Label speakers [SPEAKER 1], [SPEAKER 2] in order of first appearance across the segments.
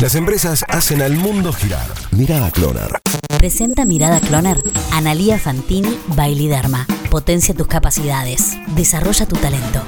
[SPEAKER 1] Las empresas hacen al mundo girar. Mirada Cloner.
[SPEAKER 2] Presenta Mirada Cloner. Analía Fantini, Bailiderma. Potencia tus capacidades. Desarrolla tu talento.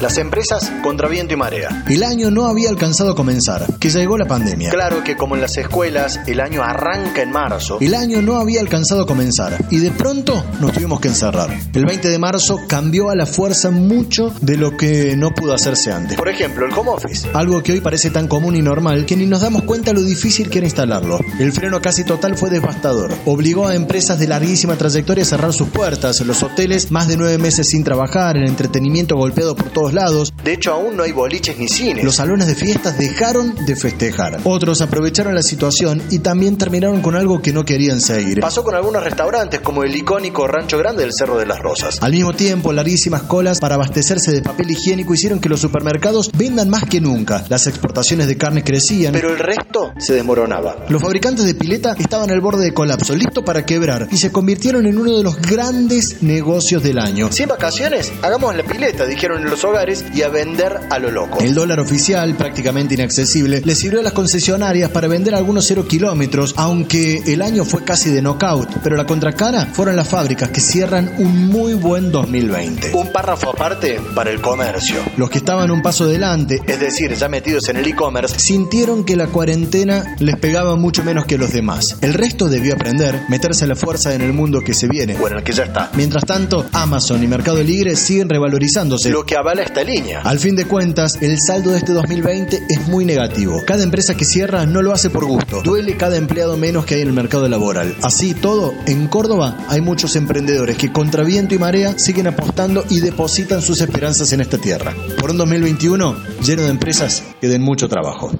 [SPEAKER 3] Las empresas contra viento y marea.
[SPEAKER 4] El año no había alcanzado a comenzar, que llegó la pandemia.
[SPEAKER 3] Claro que como en las escuelas, el año arranca en marzo.
[SPEAKER 4] El año no había alcanzado a comenzar y de pronto nos tuvimos que encerrar. El 20 de marzo cambió a la fuerza mucho de lo que no pudo hacerse antes.
[SPEAKER 3] Por ejemplo, el home office.
[SPEAKER 4] Algo que hoy parece tan común y normal que ni nos damos cuenta lo difícil que era instalarlo. El freno casi total fue devastador. Obligó a empresas de larguísima trayectoria a cerrar sus puertas, los hoteles más de nueve meses sin trabajar, el entretenimiento golpeado por todos lados.
[SPEAKER 3] De hecho, aún no hay boliches ni cines.
[SPEAKER 4] Los salones de fiestas dejaron de festejar. Otros aprovecharon la situación y también terminaron con algo que no querían seguir.
[SPEAKER 3] Pasó con algunos restaurantes, como el icónico Rancho Grande del Cerro de las Rosas.
[SPEAKER 4] Al mismo tiempo, larguísimas colas para abastecerse de papel higiénico hicieron que los supermercados vendan más que nunca. Las exportaciones de carne crecían,
[SPEAKER 3] pero el resto se desmoronaba.
[SPEAKER 4] Los fabricantes de pileta estaban al borde de colapso, listos para quebrar, y se convirtieron en uno de los grandes negocios del año.
[SPEAKER 3] Sin vacaciones, hagamos la pileta, dijeron en los hogares, y a vender a lo loco.
[SPEAKER 4] El dólar oficial, prácticamente inaccesible, le sirvió a las concesionarias para vender algunos cero kilómetros, aunque el año fue casi de knockout, pero la contracara fueron las fábricas que cierran un muy buen 2020.
[SPEAKER 3] Un párrafo aparte para el comercio.
[SPEAKER 4] Los que estaban un paso delante,
[SPEAKER 3] es decir, ya metidos en el e-commerce,
[SPEAKER 4] sintieron que la cuarentena les pegaba mucho menos que los demás. El resto debió aprender, meterse a la fuerza en el mundo que se viene.
[SPEAKER 3] Bueno, el que ya está.
[SPEAKER 4] Mientras tanto, Amazon y Mercado Libre siguen revalorizándose.
[SPEAKER 3] Lo que avala esta línea.
[SPEAKER 4] Al fin de cuentas, el saldo de este 2020 es muy negativo. Cada empresa que cierra no lo hace por gusto. Duele cada empleado menos que hay en el mercado laboral. Así todo, en Córdoba hay muchos emprendedores que contra viento y marea siguen apostando y depositan sus esperanzas en esta tierra. Por un 2021 lleno de empresas que den mucho trabajo.